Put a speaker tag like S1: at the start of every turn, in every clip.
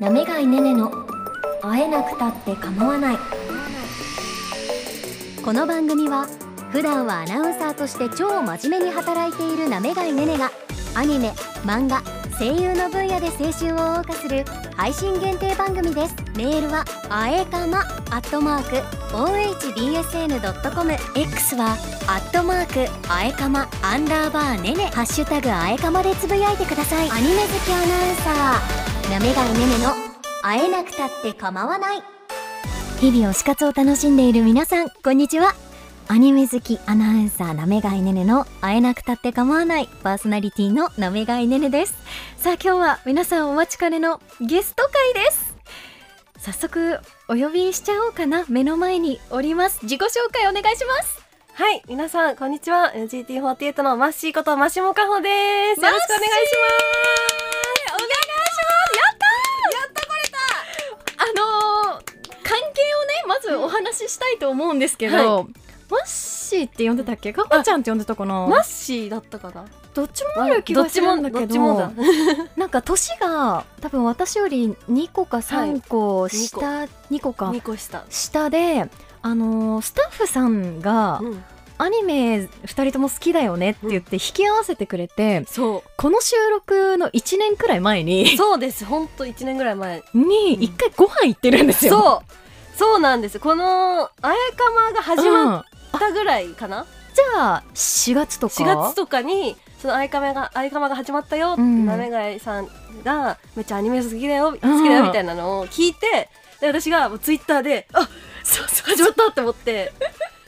S1: なめがいねねの会えなくたって構わないこの番組は普段はアナウンサーとして超真面目に働いているなめがいねねがアニメ漫画声優の分野で青春を謳歌する配信限定番組ですメールはあえかまアットマーク ohbsn.com x はアットマークあえかまアンダーバーねねハッシュタグあえかまでつぶやいてくださいアニメ好きアナウンサーなめがいねねの会えなくたって構わない日々推し活を楽しんでいる皆さんこんにちはアニメ好きアナウンサーなめがいねねの会えなくたって構わないパーソナリティのなめがいねねですさあ今日は皆さんお待ちかねのゲスト会です早速お呼びしちゃおうかな目の前におります自己紹介お願いします
S2: はい、皆さん、こんにちは。NGT48 のマッシーことマシモカホです。よろしくお願い
S3: お
S2: し
S3: 願いしますやったやったこれたあのー関係をねまずお話ししたいと思うんですけど、
S2: は
S3: マッシーって呼んでたっけかこちゃんって呼んでたかな
S2: ます。マッシーだったかな
S3: どっちもある気がするんだけど
S2: どっちもだ。
S3: なんか年が多分私より2個か3個下、2個か
S2: 2個下。
S3: 下であのースタッフさんが
S2: うん
S3: アニメ2人とも好きだよねって言って引き合わせてくれて、
S2: そ
S3: この収録の1年くらい前に
S2: う。そうです。ほんと1年ぐらい前。
S3: に
S2: うん
S3: 一回ご飯行ってるんですよ。
S2: そう。そうなんです。この、あやかまが始
S3: う
S2: まっ
S3: ん
S2: たぐらいかな、
S3: じゃあ4月とか
S2: ?4 月とかに、そのあやかまが、あやかまが始まったよって、
S3: うん
S2: なめがいさんが、めっちゃアニメ好きだよ、好きだ
S3: うん
S2: よみたいなのを聞いて、で、私がもうツイッターで、あ
S3: そうそう
S2: 始まったって思って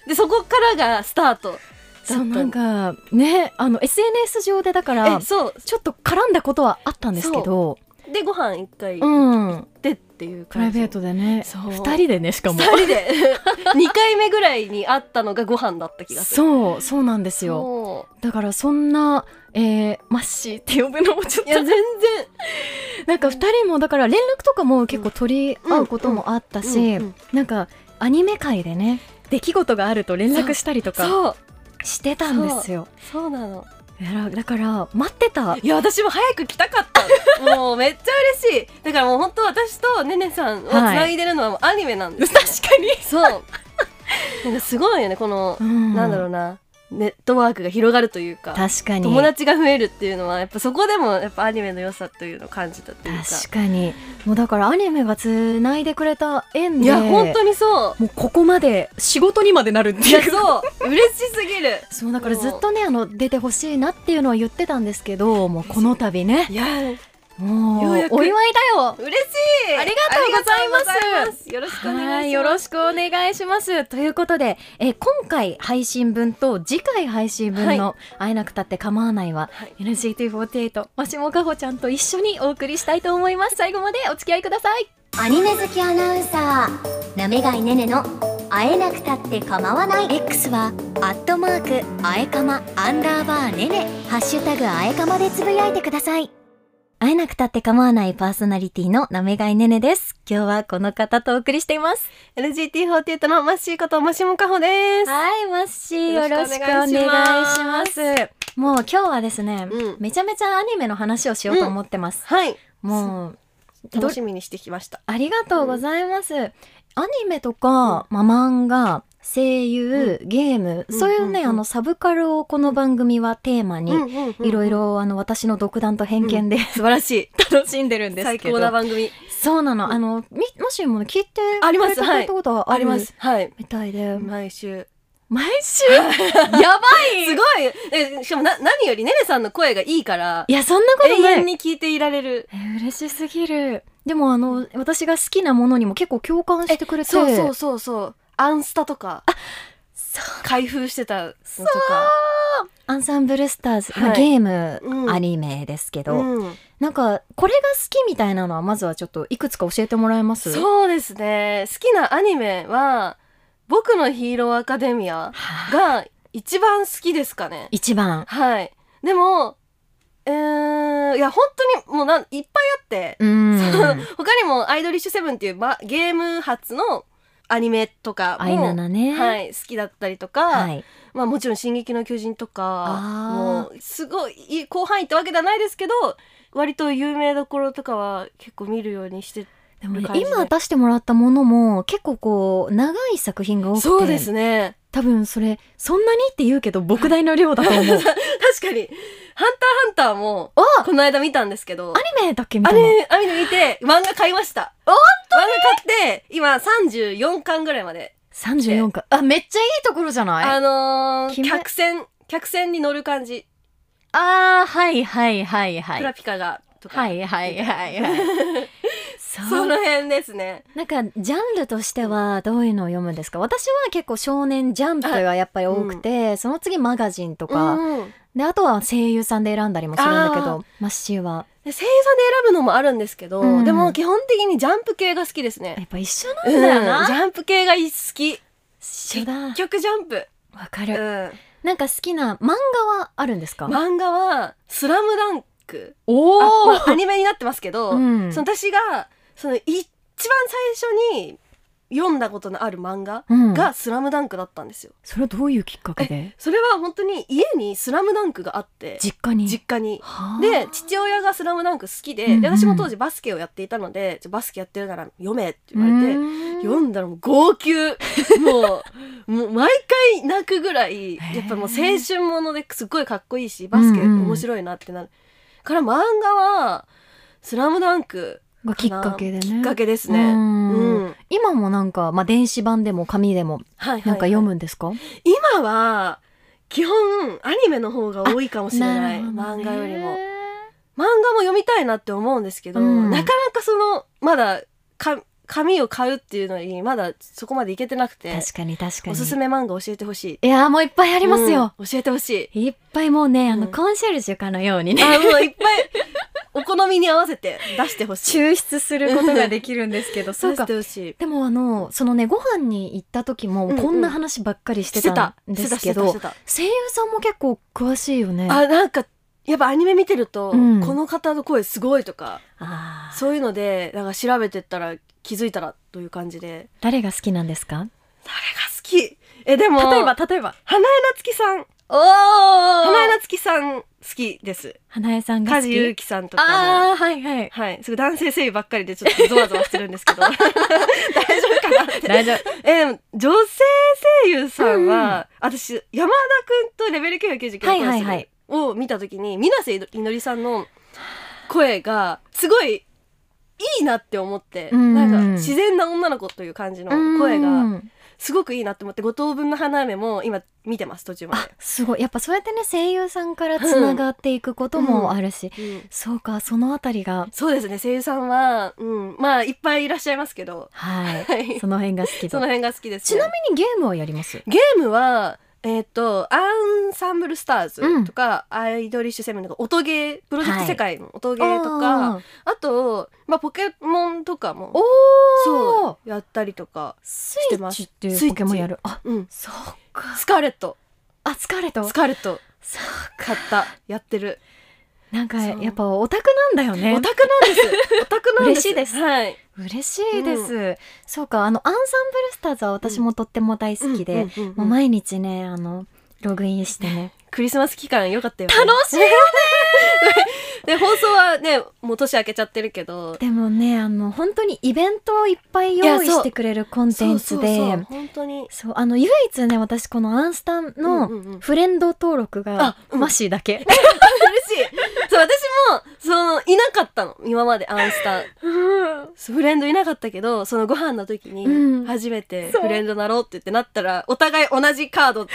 S2: でそこからがスタート
S3: そうなんかねあの SNS 上でだから
S2: えそう
S3: ちょっと絡んだことはあったんですけど
S2: でご飯一回
S3: う
S2: 行
S3: ん
S2: ってっていう
S3: プラ
S2: 感
S3: イ
S2: じ
S3: ベートでね
S2: そう
S3: 2人でねしかも
S2: 2人で 2回目ぐらいに会ったのがご飯だった気がする
S3: そうそうなんですよ
S2: そ
S3: だからそんな、えー、マッシーって呼ぶのもちょっ
S2: ういや
S3: と
S2: 全然
S3: なんか2人もだから連絡とかも結構取り合うこともあったし、
S2: うんうん
S3: なんかアニメ界でね出来事があると連絡したりとか
S2: そう
S3: してたんですよ
S2: そうなの
S3: いやだから待って た
S2: いや私も早く来たかったもうめっちゃ嬉しいだからもう本当私とねねさんをつないでるのはもうアニメなんですよね、
S3: 確かに、
S2: そうなんかすごいよねこの、なんだろうなネットワークが広がるというか
S3: 確かに
S2: 友達が増えるっていうのはやっぱそこでもやっぱアニメの良さというのを感じたっていうか
S3: 確かにもうだからアニメがつないでくれた縁で
S2: いや本当にそう
S3: もうここまで仕事にまでなるって
S2: い
S3: い
S2: や
S3: う
S2: そう嬉しすぎる
S3: そうだからずっとねあの出てほしいなっていうのは言ってたんですけどもうこの度ね
S2: いや嬉しい
S3: もう
S2: ようやく
S3: お祝いだよありがとうございます
S2: ありがとうございますよろしくお
S3: は
S2: 願い
S3: い
S2: し
S3: よ
S2: ま
S3: ろ
S2: す
S3: しくお願いしますということで、えー今回配信分と次回配信分の「会えなくたって構わないは」
S2: はい
S3: NCT48 マシモカホちゃんと一緒にお送りしたいと思います最後までお付き合いください
S1: アニメ好きアナウンサーなめがいねねの会えなくたって構わない X はアットマークあえかまアンダーバーねねハッシュタグあえかまでつぶやいてください会えなくたって構わないパーソナリティのなめがいねねです今日はこの方とお送りしています
S2: NGT48 のマッシーことマシモカホです
S3: はい、マッシー、よ
S2: よ
S3: ろ
S2: ろ
S3: し
S2: し
S3: く
S2: く
S3: お
S2: お
S3: 願
S2: 願
S3: い
S2: い
S3: し
S2: し
S3: ま。
S2: ます
S3: もう今日はですね、
S2: うん
S3: めちゃめちゃアニメの話をしようと思ってます。
S2: はい
S3: もう、ど
S2: 楽しみにしてきました
S3: ありがとうございます。アニメとか、まあ、漫画、声優、ゲーム、
S2: うん
S3: そういうね、
S2: うんうん
S3: あの、サブカルをこの番組はテーマに、いろいろ、あの、私の独断と偏見で、
S2: 素晴らしい
S3: 楽しんでるんです
S2: 最
S3: けど。
S2: 高な番組
S3: そうな
S2: う
S3: の。
S2: ん
S3: あの、み、もしもね聞いて
S2: あります
S3: くれたことは
S2: あ
S3: あ
S2: り
S3: る
S2: ますはい
S3: みたいで、
S2: 毎 週
S3: 毎週やばい
S2: すごいえしかもな何よりねねさんの声がいいから
S3: いや、そんなこと
S2: 永
S3: ない
S2: 遠。に聞いていられる
S3: えー嬉しすぎる。でも、あの、私が好きなものにも結構共感してくれて。
S2: そうそうそうそうアンスタとか
S3: そう
S2: 開封してたのと
S3: アンサンブルスターズ、まあ
S2: はい
S3: ゲーム、
S2: うん
S3: アニメですけ
S2: か、
S3: ど、なんか、これが好きみたいなのは、まずはちょっといくつか教えてもらえます
S2: そうですね好きなアニメは「僕のヒーローアカデミア
S3: は」あ
S2: が一番好きですかね
S3: 一番。
S2: はいでもえー、いや本当にもうなんいっぱいあって、
S3: うん。
S2: そう他にも「アイドリッシュセブン」っていう、ま、ゲーム発のアニメとか
S3: アイナ
S2: も、
S3: ナね。
S2: はい、好きだったりとか、
S3: はい。
S2: まあもちろん「進撃の巨人」とか
S3: あー
S2: もうすごい広範囲ってわけじゃないですけど割と有名どころとかは結構見るようにして
S3: でもね
S2: 感じで
S3: 今出してもらったものも結構こう長い作品が多くて
S2: そうですね
S3: 多分それそんなにって言うけど莫大な量だと思うアニ
S2: 確かに「ハンターハンター」も
S3: あ
S2: この間見たんですけど
S3: メだっけみ
S2: あ
S3: たいな
S2: れアニメ見て漫画買いました
S3: 本
S2: 当に漫画買って今34巻ぐらいまで
S3: 34かあめっちゃいいところじゃない
S2: あのー
S3: 決め
S2: 客船客船に乗る感じ
S3: あーはいはいはいは
S2: プラピカがとか、
S3: はいはいはいはいそ
S2: そうの辺ですね
S3: なんかジャンルとしてはどういうのを読むんですか私は結構少年ジャンプがやっぱり多くて、その次マガジンとか、
S2: うん
S3: であとは声優さんで選んだりもするんだけ
S2: あ
S3: どマッシーは
S2: で声優さんで選ぶのもあるんですけど、
S3: うん
S2: でも基本的にジャンプ系が好きです
S3: や
S2: ね
S3: っぱ一緒な
S2: うんん
S3: だ
S2: ジ
S3: よな、
S2: ャンプ系が好き結
S3: 一緒だ
S2: 局ジャンプ、
S3: わか
S2: う
S3: る、
S2: ん、
S3: なんか好きな漫画はあるんですか、
S2: 漫画は「スラムダンク
S3: お
S2: あまあア
S3: ニ
S2: ニメになってますけど、
S3: うん
S2: その私がその一番最初に読んだことのある漫画
S3: うん
S2: が「スラムダンクだったんですよ、
S3: それはどういうきっかけで
S2: それは本当に家に「スラムダンクがあって
S3: 実家に
S2: 実家に
S3: はあ
S2: で父親が「スラムダンク好きで,、
S3: うんうん
S2: で私も当時バスケをやっていたので「ちょバスケやってるなら読め」って言われて、
S3: うーん
S2: 読んだらもう号泣もうもう毎回泣くぐらい
S3: ー
S2: やっぱもう青春ものですっごいかっこいいしバスケ
S3: うんうん
S2: 面白いなってなる、から漫画は「スラムダンク
S3: がきっかけでね
S2: きっかけです
S3: う
S2: ね。
S3: ん
S2: うん
S3: 今もなんか、まあ、電子版でも紙でも
S2: はいはいはい
S3: なんか読むんですか、
S2: 今は基本アニメの方が多いかもしれない
S3: なるほどね
S2: 漫画よりも漫画も読みたいなって思うんですけど、
S3: うん
S2: なかなかそのまだか紙を買うっていうのにまだそこまでいけてなくて
S3: 確かに確かに
S2: おすすめ漫画教えてほしい
S3: いやーもういっぱいあ
S2: あ
S3: りますよ、、
S2: うん教えてほしい
S3: いっぱいもうねあの、
S2: うん
S3: コンシェルジュかのようにね
S2: あもういっぱいお好みに合わせて出してほし い
S3: 抽出することができるんですけど そう
S2: 出
S3: か
S2: してほしい
S3: でもあのそのねご飯に行った時も
S2: うんうん
S3: こんな話ばっかりしてたんですけど、
S2: してたしてたしてた
S3: 声優さんも結構詳しいよね
S2: あなんかやっぱアニメ見てると、
S3: うん
S2: この方の声すごいとか
S3: あー
S2: そういうのでなんか調べてったら気づいたらという感じで
S3: 誰が好きなんですか
S2: 誰が好きえでも
S3: 例えば例えば
S2: 花江夏樹さん
S3: お
S2: 花江
S3: ー
S2: 夏樹さん好きです
S3: 花江さんが好
S2: 梶裕
S3: き
S2: 貴さんとかも
S3: ああーはいはい
S2: はいすごい男性声優ばっかりでちょっとゾワゾワしてるんです けど大丈夫かなって
S3: 大丈夫
S2: えでも女性声優さんは、私山田くんとレベル999
S3: は
S2: の
S3: いは
S2: コ
S3: いは
S2: ンサ
S3: い
S2: を見た時に水瀬いのりさんの声がすごいいいなって思って、
S3: うん
S2: なんか自然な女の子という感じの声
S3: う
S2: が
S3: ん
S2: すごくいいなって思って五等分の花嫁も今見てます途中ま
S3: あすごいやっぱそうやってね声優さんからつながっていくこともあるし、
S2: で、うん
S3: そうかそのあたりが
S2: そうですね声優さんは、うん、まあいっぱいいらっしゃいますけど、
S3: はい
S2: はい
S3: その辺が好き
S2: そ
S3: と
S2: の辺が好きです、
S3: ち
S2: ね、
S3: なみにゲームをやります
S2: ゲームはえっ、とアンサンブルスターズとか、アイドリッシュセブンとか音ゲープロジェクト世界の音ゲーとか、
S3: あー
S2: あと、まあ、ポケモンとか
S3: お
S2: も
S3: ー
S2: そうやったりとか、
S3: ス
S2: て
S3: イ
S2: ま
S3: ッ
S2: す
S3: チっていうポケモンやるあ
S2: うん、
S3: そうか
S2: スカーレット
S3: あ疲れた
S2: スカーレット
S3: そう
S2: 買ったやってる、
S3: なんか
S2: そう
S3: やっぱオタクなんだよね
S2: オタクな んですオタクなんで
S3: 嬉
S2: す
S3: しいです
S2: はい
S3: 嬉しいです、そうかあのアンサンブルスターズは私もとっても大好きで、
S2: うんうんうん
S3: もう毎日ねあのログインしてね
S2: クリスマス期間良かったよね
S3: 楽しい
S2: で放送はねもう年明けちゃってるけど
S3: でもねあの本当にイベントをいっぱい用意
S2: いやそう
S3: してくれるコンテンツで
S2: そうそうそう本当に
S3: そうあの唯一ね私このアンスタ
S2: うん
S3: の
S2: うんうん
S3: フレンド登録が
S2: あうん
S3: マッシーだけ、
S2: 嬉しいそう私もそのいなかったの今までアンスタそうフレンドいなかったけどそのご飯の時
S3: うん
S2: に初めて
S3: そう
S2: フレンドなろうって言ってなったらお互い同じカードお気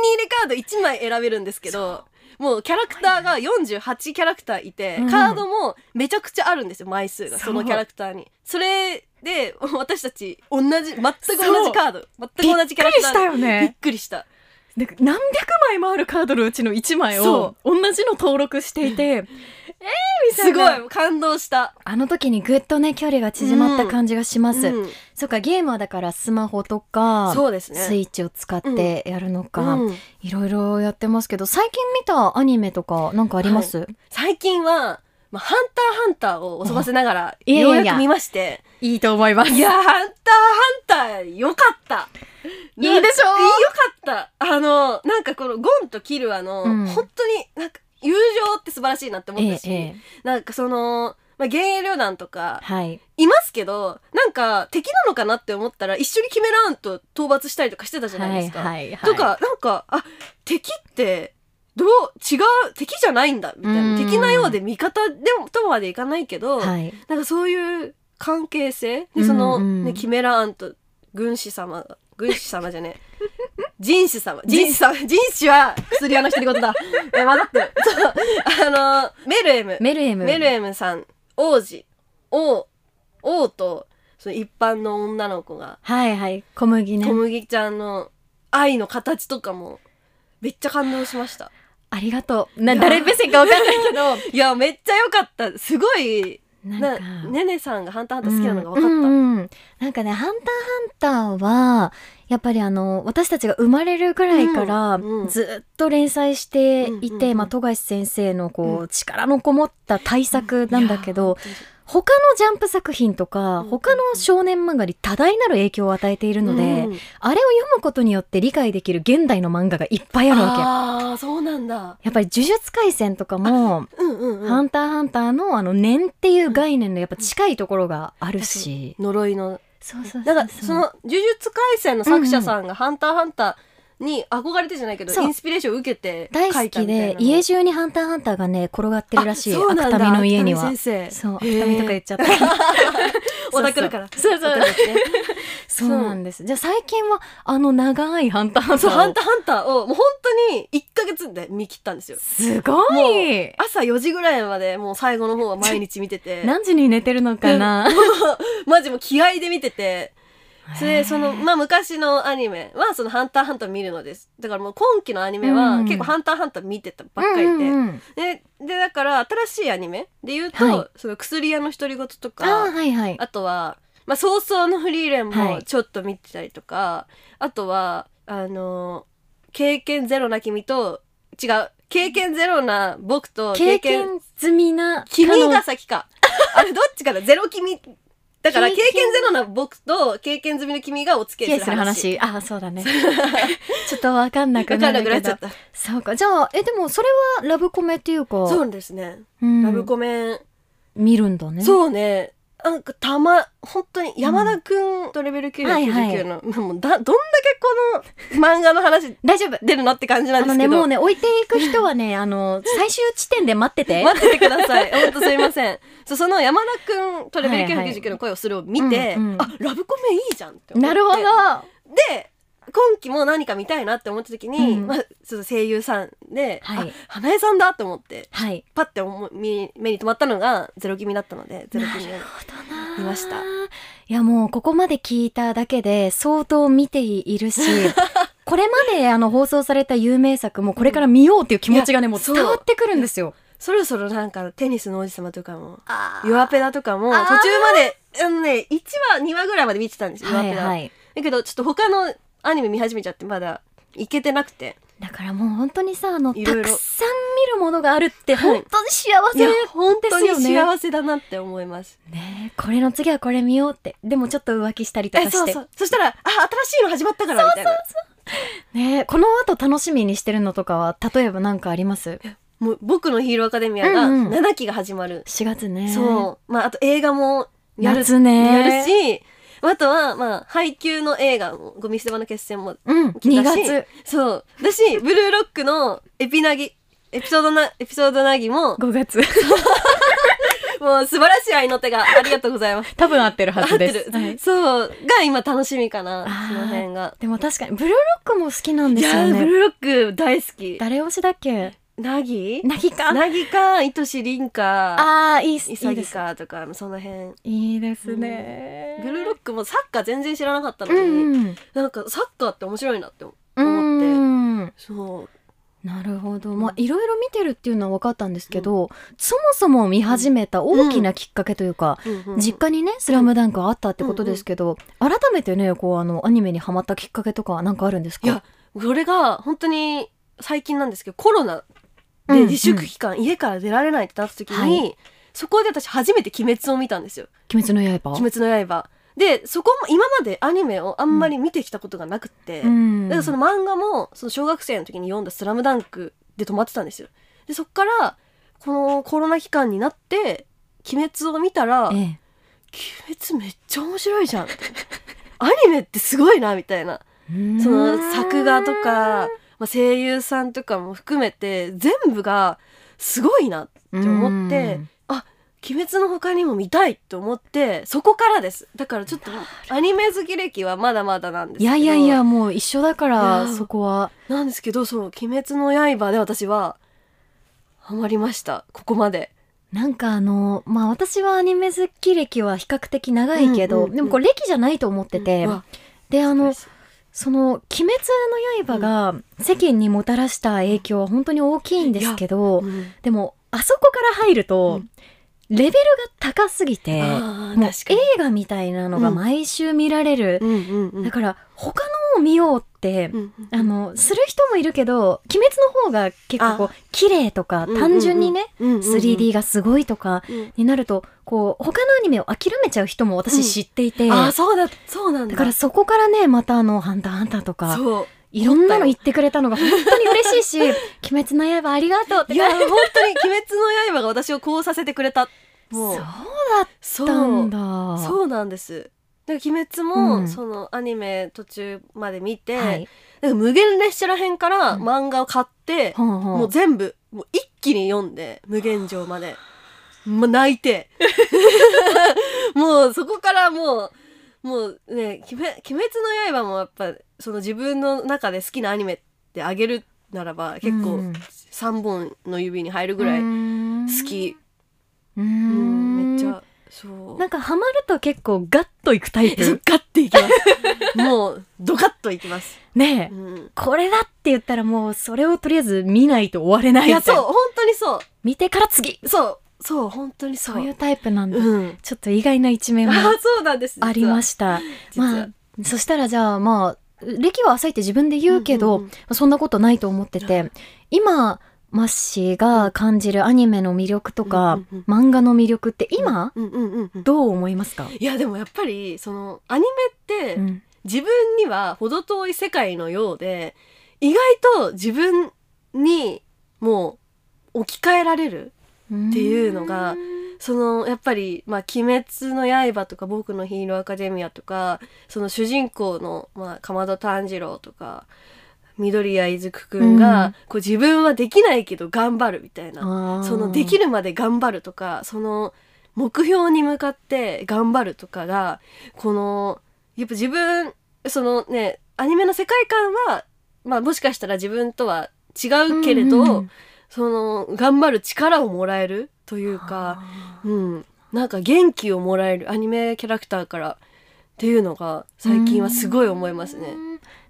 S2: に入りカード1枚選べるんですけどもうキャラクターが48キャラクターいて、
S3: うん
S2: カードもめちゃくちゃあるんですよ枚数が
S3: そ
S2: そうのキャラクターに。それで私たち同じ全く同じカード全
S3: び
S2: く同
S3: っ
S2: じ
S3: く
S2: キャラ
S3: り
S2: クタ
S3: した
S2: ー
S3: よ
S2: でびっ
S3: ね
S2: くりした。
S3: なんか何百枚もあるカードのうちの1枚を
S2: そ
S3: 同じの登録していて えーみた
S2: す
S3: いな
S2: ごい感動した。
S3: あの時にぐっとね距離が縮まった感じがします、
S2: うん
S3: そうかゲームはだからスマホとか
S2: そうですね。
S3: スイッチを使ってやるのか、
S2: うん
S3: いろいろやってますけど最近見たアニメとかなんかあります、
S2: 最近は、まあ、ハンターハンターを遊ばせながら、
S3: いやい
S2: よ
S3: や
S2: う
S3: いや
S2: やく見まして。
S3: いいと思います
S2: いや、ハンターハンター、よかった。
S3: いいでしょ
S2: よかった。あの、なんかこのゴンとキルアの、
S3: うん
S2: 本当になんか友情って素晴らしいなって思ったし、
S3: ええ
S2: なんかその、まあ、現役旅団とか
S3: はい。
S2: いますけどなんか敵なのかなって思ったら一緒に決めらんと討伐したりとかしてたじゃないですか。
S3: はい
S2: とかなんかあ敵ってどう違う敵じゃないんだみたいな
S3: うん
S2: 敵なようで味方でもとまでいかないけど、
S3: はい。
S2: なんかそういう関係性でその、
S3: うんうん
S2: ね、キメラアンと軍師様が軍師様じゃね え人種様人種様人種は薬屋の独り言だえ混ざってるそうあのメルエム
S3: メルエム。
S2: メルエムさん王子王王とその一般の女の子が
S3: はいはい。小麦ね
S2: 小。麦ちゃんの愛の形とかもめっちゃ感動しました
S3: ありがとう。な、誰目線かわかんないけど。
S2: いやめっちゃ良かったすごい
S3: な
S2: なん
S3: か。
S2: ねねさんが「ハンターハンター」好きなのが分かった、
S3: うんうんうんなんかね「ハンターハンターは」やっぱりあの私たちが生まれるぐらいから
S2: うんうん
S3: ずっと連載してい
S2: うんうん
S3: て、
S2: うん
S3: まあ、富樫先生のこう、
S2: う
S3: 力のこもった対策なんだけど、他のジャンプ作品とか、
S2: うんうん
S3: 他の少年漫画に多大なる影響を与えている
S2: いや
S3: ので、
S2: うん
S3: あれを読むことによって理解できる現代の漫画がいっぱいあるわけ。
S2: ああそうなんだ。
S3: やっぱり呪術廻戦とかも
S2: うんう
S3: 「
S2: ん
S3: ハ
S2: うん。
S3: ンターハンター」のあの念っていう概念のやっぱ近いところがあるし、
S2: 呪いの。
S3: そうそうそう
S2: だからその呪術廻戦の作者さんがハンターハンターに憧れてじゃないけど、
S3: そう
S2: インスピレーションを受けて書
S3: 大
S2: い
S3: 好
S2: た
S3: き
S2: みたいな
S3: で
S2: の
S3: 家中にハンターハンターがね転がってるらしい
S2: あそうなんだ
S3: 芥見の家には
S2: 芥見先生。
S3: そう
S2: へー
S3: 芥見とか言っちゃった
S2: オタクだから。
S3: そうそう
S2: オタクですね
S3: そうなんですじゃあ最近はあの長いハンターハンタ
S2: そうハン
S3: ーを
S2: ターハンターをもう本当に一ヶ月で見切ったんですよ。
S3: すごい
S2: 朝4時ぐらいまでもう最後の方は毎日見てて。
S3: 何時に寝てるのかな
S2: マジもう気合で見てて。それでそのまあ昔のアニメはその「ハンターハンター」見るのですだからもう今期のアニメは
S3: うん
S2: 結構「ハンターハンター」見てたばっかりで、
S3: うんうんうん
S2: ででだから新しいアニメで言うと、
S3: は
S2: その薬屋の独り言と
S3: あ
S2: か
S3: ー
S2: あ,、
S3: はいはい
S2: とは、まあ、早々のフリーレン
S3: は
S2: も
S3: い
S2: ちょっと見てたりとか、あとはあの経験ゼロな君と違う経験ゼロな僕と
S3: 経験済みな
S2: 君
S3: 彼
S2: が
S3: 女
S2: 先 かあれどっちかなゼロ君だから経
S3: 経
S2: 験
S3: 験
S2: ゼロな僕と経験済みの君がお付き合
S3: ケー
S2: いす
S3: ス
S2: る
S3: の
S2: 話
S3: 話あーそうだね ちょっとわかんなく
S2: 分か
S3: なん
S2: な
S3: る
S2: く
S3: け
S2: なっちゃ
S3: ど
S2: った
S3: そうかじゃあえでもそれはラブコメっていうか
S2: そうですね、
S3: うん
S2: ラブコメ
S3: 見るんだね
S2: そうねなんかたま本当に山田くんとレベル999の、
S3: はいはい
S2: もうだどんだけこの漫画の話
S3: 大丈夫
S2: 出るのって感じな
S3: あ
S2: んで
S3: の
S2: す
S3: ね、
S2: け
S3: も
S2: ど、
S3: うね、置いていく人は ね、あの、最終地点で待ってて。
S2: 待っててください本当すい ませんそうその山田くんとレベル999の声をするを見て、
S3: はいはいうんうん
S2: あラブコメいいじゃんって思って
S3: なるほど。
S2: で今期も何か見たいなって思った時に、
S3: うん
S2: まあ、その声優さんで、
S3: はい
S2: あ花江さんだと思って
S3: はい。
S2: パッて思いみ目に留まったのがゼロ気味だったのでゼロ気味を
S3: 大
S2: 見ました
S3: いや、もう、ここまで聞いただけで、相当見ているし、 これまで、あの、放送された有名作も、これから見ようっていう気持ちがね、
S2: いや
S3: もう
S2: そう
S3: 伝わってくるんですよ。
S2: そろそろなんかテニスの王子様とかも
S3: あ
S2: 弱ペダとかも途
S3: あー
S2: 中まであのね1話2話ぐらいまで見てたんですよ弱
S3: は
S2: ペ
S3: い
S2: ダ、
S3: はい。
S2: だけどちょっと他のアニメ見始めちゃってまだいけてなくて
S3: だからもう本当にさ、あの、
S2: いろいろ
S3: たくさん見るものがあるって、本当に幸せ
S2: いや
S3: です
S2: 本当に
S3: よね。
S2: 幸せだなって思います
S3: ねこれの次はこれ見ようって。でもちょっと浮気したりとかして。
S2: そうそうそしたらあ新しいの始まったからみたいな
S3: ねえこの後楽しみにしてるのとかは例えば何かあります
S2: もう僕のヒーローアカデミアが
S3: うんうん
S2: 7期が始まる、
S3: 4月ね
S2: そうまああと映画もやる
S3: 夏ね
S2: やるしあとはまあ配給の映画もゴミ捨て場の決戦も
S3: うん
S2: 来
S3: 2
S2: たし
S3: 月
S2: そうだしブルーロックのエピナギエピソードなエピソードなぎも
S3: 5月
S2: もう素晴らしい愛の手がありがとうござい ます
S3: 多分合ってるはずで
S2: 合って
S3: す
S2: る、
S3: はい
S2: そうが今楽しみかな
S3: あー
S2: その辺が
S3: でも確かにブルーロックも好きなん
S2: い
S3: ですよ
S2: やーブ
S3: ね
S2: ルーロック大好き
S3: 誰推しだっけ
S2: なぎ
S3: なぎか
S2: なぎかいとしりんか
S3: あーいいっす
S2: い
S3: い
S2: さ
S3: いで
S2: ぎ
S3: す
S2: かとかその辺
S3: いいですね
S2: ブルーロックもサッカー全然知らなかったの
S3: う
S2: に、
S3: ん
S2: なんかサッカーって面白いなって思う
S3: うんうん
S2: そう
S3: なるほどまあいろいろ見てるっていうのは分かったんですけど、そもそも見始めた大きなきっかけというか、
S2: うんうんうん
S3: 実家にね「スラムダンクがあったってことですけど、改めてねこうあのアニメにハマったきっかけとかはなんかあるんですか
S2: いやこれが本当に最近なんですけどコロナ
S3: うん
S2: で
S3: うん
S2: 自粛期間、家から出られないってなった時に、
S3: はい
S2: そこで私初めて「鬼滅」を見たんですよ
S3: 「鬼滅の
S2: 「
S3: 刃」
S2: 鬼滅の刃」でそこも今までアニメをあんまり見てきたことがなくて、
S3: うん
S2: だからその漫画もその小学生の時に読んだ「スラムダンクで止まってたんですよでそっからこのコロナ期間になって「鬼滅」を見たら「鬼
S3: え
S2: 滅めっちゃ面白いじゃん」みたいなアニメってすごいなみたいな
S3: え
S2: その作画とか、まあ、声優さんとかも含めて全部がすごいなって思って
S3: うん
S2: 「あ鬼滅の他にも見たい」と思ってそこからですだからちょっとアニメ好き歴はまだまだなんです
S3: い
S2: け
S3: や
S2: ど
S3: いやいやもう一緒だか
S2: い
S3: ら
S2: や
S3: そこは
S2: なんですけどその「鬼滅の刃」で私はハマりましたここまで。
S3: なんかあのまあ私はアニメ好き歴は比較的長いけど、
S2: うんうんうん
S3: でもこれ歴じゃないと思ってて、
S2: わ
S3: であの
S2: 素晴
S3: その「鬼滅の刃」が世間にもたらした影響は本当に大きいんですけど、
S2: らしいうん
S3: でもあそこから入ると、
S2: うん
S3: レベルが高すぎて
S2: あー
S3: もう
S2: 確かに
S3: 映画みたいなのが毎週見られる、
S2: うんうんうん
S3: だから他のを見ようって、
S2: うんうん
S3: あのする人もいるけど「鬼滅」の方が結構こう綺麗とか
S2: うんうんうん
S3: 単純にね、
S2: うんうんうん
S3: 3D がすごいとか
S2: うん
S3: になるとこう他のアニメを諦めちゃう人も私知っていて、
S2: あーそうだそうなんだ
S3: だからそこからねまたあの「ハンターハンター」とか
S2: そう
S3: いろんなの言ってくれたのが本当に嬉しいし 「鬼滅の刃ありがとう」って
S2: いや本当に「鬼滅の刃」が私をこうさせてくれた
S3: そ
S2: も
S3: う
S2: う
S3: だ
S2: そ
S3: ったんだ
S2: そうなんですだから鬼滅も、
S3: うん
S2: そのアニメ途中まで見て、
S3: はい
S2: だから無限列車らへんから
S3: うん
S2: 漫画を買って、
S3: ほうほう
S2: もう全部もう一気に読んで無限城まで、ま、泣いて もうそこからもうもうね「鬼滅鬼滅の刃」もやっぱその自分の中で好きなアニメってあげるならば結
S3: う
S2: 構
S3: ん
S2: 3本の指に入るぐらい好き、
S3: うー
S2: うんん、めっちゃそう
S3: なんかハマると結構ガッといくタイ
S2: ド
S3: プ
S2: カッていきます。 もう、ドカッといきます。
S3: ね
S2: う
S3: え
S2: ん、
S3: これだって言ったらもうそれをとりあえず見ないと終われない
S2: いや、
S3: みた
S2: そ、
S3: いうな
S2: 本当にそう。
S3: 見てから次
S2: そう、そう、本当にそう。
S3: そういうタイプなんだ
S2: うん。
S3: ちょっと意外な一面も
S2: ああ、そうなんです。
S3: ありま
S2: し
S3: した
S2: 実は
S3: まあそしたらじゃあまあ歴は浅いって自分で言うけど、
S2: うんうん
S3: そんなことないと思ってて今マッシーが感じるアニメの魅力とか、
S2: うんうん
S3: 漫画の魅力って今、
S2: うんうんうんうん。
S3: どう思いますか、
S2: いや、でもやっぱり、その、アニメって、
S3: うん
S2: 自分には程遠い世界のようで、意外と自分に、もう、置き換えられる。っていうのがそのやっぱり「まあ、鬼滅の刃」とか「僕のヒーローアカデミア」とかその主人公の、まあ、かまど炭治郎とか緑谷いずくくんが、
S3: うん
S2: こう自分はできないけど頑張るみたいなそ
S3: そ
S2: のできるまで頑張るとかその目標に向かって頑張るとかがこのやっぱ自分そのねアニメの世界観は、まあ、もしかしたら自分とは違うけれど、その頑張る力をもらえるというか。うん、なんか元気をもらえるアニメキャラクターからっていうのが最近はすごい思いますね。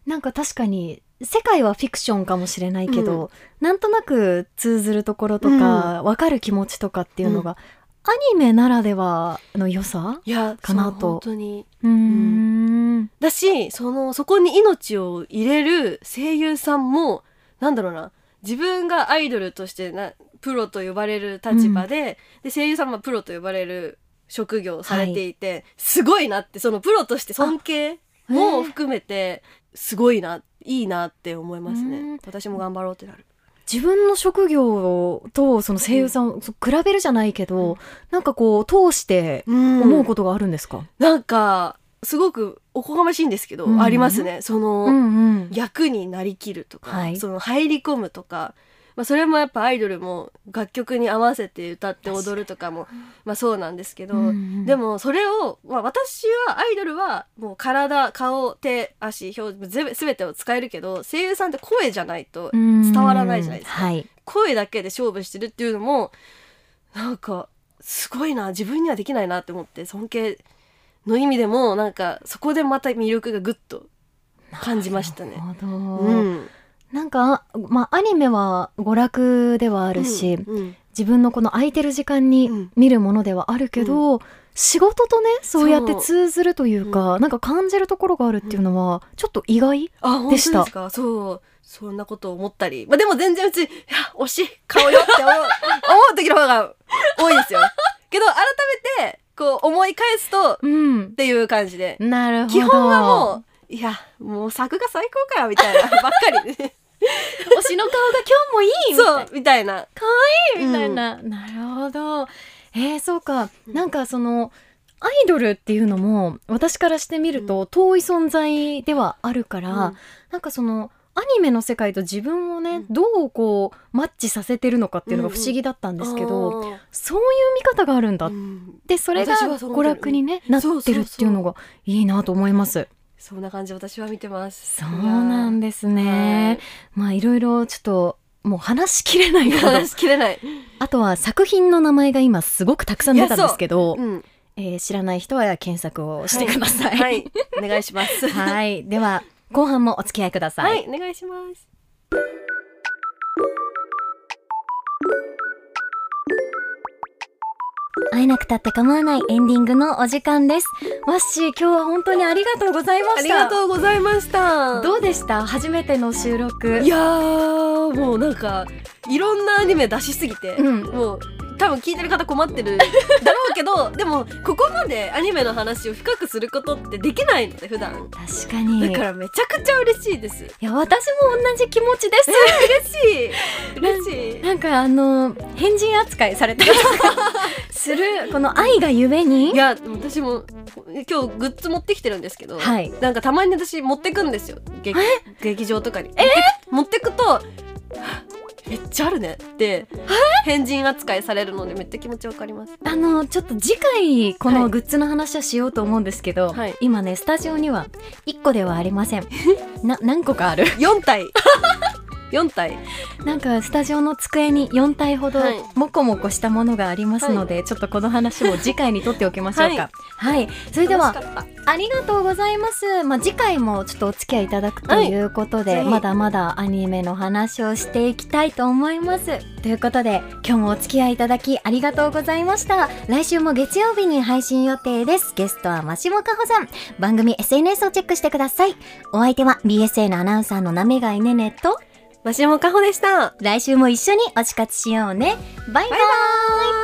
S3: なんか確かに世界はフィクションかもしれないけど、なんとなく通ずるところとか、わかる気持ちとかっていうのが、アニメならではの良さ
S2: いや
S3: かなと
S2: そう本当に
S3: うーん
S2: だしそのそこに命を入れる声優さんもなんだろうな自分がアイドルとしてなプロと呼ばれる立場で,、で声優さんもプロと呼ばれる職業をされていて、すごいなってそのプロとして尊敬も含めてすごいないいなって思いますね、
S3: うん
S2: 私も頑張ろうってなる。
S3: 自分の職業とその声優さんをそう比べるじゃないけど、なんかこう通して思うことがあるんですか、
S2: なんかすごくおこがましいんですけど、
S3: うん
S2: ありますねその、
S3: んうん
S2: 役になりきるとか、
S3: はい
S2: その入り込むとか、まあ、それもやっぱアイドルも楽曲に合わせて歌って踊るとかもまあ、そうなんですけど、
S3: うんうん
S2: でもそれを、まあ、私はアイドルはもう体顔手足表情全てを使えるけど声優さんって声じゃないと伝わらないじゃないですか。
S3: うんはい、
S2: 声だけで勝負してるっていうのもなんかすごいな自分にはできないなって思って尊敬の意味でもなんかそこでまた魅力がぐっと感じましたね。
S3: なるほど
S2: うん、
S3: なんか、まあ、アニメは娯楽ではあるし、
S2: うん
S3: 自分のこの空いてる時間に
S2: うん
S3: 見るものではあるけど、仕事とねそうやって
S2: そう
S3: 通ずるというかなんか感じるところがあるっていうのはちょっと意外、
S2: あ本当
S3: で
S2: で
S3: し
S2: す
S3: た
S2: かそうそんなことを思ったり、まあ、でも全然うちいや惜しい顔よって思う思う時の方が多いですよ。けど改めてこう思い返すとっ
S3: うん、
S2: ていう感じで
S3: なるほど
S2: 基本はもういやもう作が最高かよみたいなばっかり
S3: 推しの顔が今日もいいみたい
S2: そうみたいな
S3: みたいな、なるほどえー、そうかなんかそのアイドルっていうのも私からしてみると遠い存在ではあるから、
S2: うん
S3: なんかそのアニメの世界と自分をね、
S2: うん
S3: どうこうマッチさせてるのかっていうのが不思議だったんですけど、
S2: あー
S3: そういう見方があるんだっ
S2: うん
S3: てそれが
S2: 私はそう思
S3: 娯
S2: ってる
S3: 楽に、ね、なっ
S2: そうそ
S3: て
S2: う
S3: る
S2: そう
S3: っていうのがいいなと思います。
S2: そんな感じ私は見てます
S3: そうなん
S2: で
S3: ですね。まあいろいろちょっともう話しきれないほど
S2: 話しきれない、
S3: あとは作品の名前が今すごくたくさん出たんですけど、
S2: うん、
S3: えー知らない人は検索をしてください。
S2: は
S3: はい、
S2: いお願いします
S3: では後半もお付き合いください。
S2: はい、お願いします。
S1: 会えなくたって構わないエンディングのお時間です
S3: ワッシー今日は本当にありがとうございました。
S2: ありがとうございました。
S3: どうでした初めての収録。
S2: いやー、もうなんか、いろんなアニメ出しすぎて、
S3: うん
S2: もう。多分聞いてる方困ってるだろうけど でもここまでアニメの話を深くすることってできないので普段
S3: 確かに。
S2: だ
S3: い
S2: からめちゃくちゃ嬉しいです
S3: や私も同じ気持ちです。
S2: 嬉しい嬉しい
S3: なんかあの変人扱いされてるするこの愛がゆえに
S2: いや私も今日グッズ持ってきてるんですけど、
S3: はい
S2: なんかたまに私持ってくんですよ劇劇場とかに持ってくと はぁめっちゃあるねって変人扱いされるのでめっちゃ気持ちわかります
S3: あのちょっと次回こ
S2: は
S3: の
S2: い
S3: グッズの話をしようと思うんですけど、
S2: はい
S3: 今ねスタジオには1個ではありません な何個かある
S2: 4体4体
S3: なんかスタジオの机に4体ほど
S2: はい
S3: モコモコしたものがありますので、ちょっとこの話も次回にとっておきましょうか はい、それでは
S2: 楽しかった
S3: ありがとうございます。まあ、次回もちょっとお付き合いいただくということで、
S2: はいぜひ
S3: まだまだアニメの話をしていきたいと思います。ということで、今日もお付き合いいただきありがとうございました。来週も月曜日に配信予定です。ゲストはマシモカホさん。番組 SNS をチェックしてください。お相手は BSA のアナウンサーのなめがいねねと、
S2: マシモカホでした
S3: 来週も一緒におし活しようね。バイバイ
S2: バイバーイ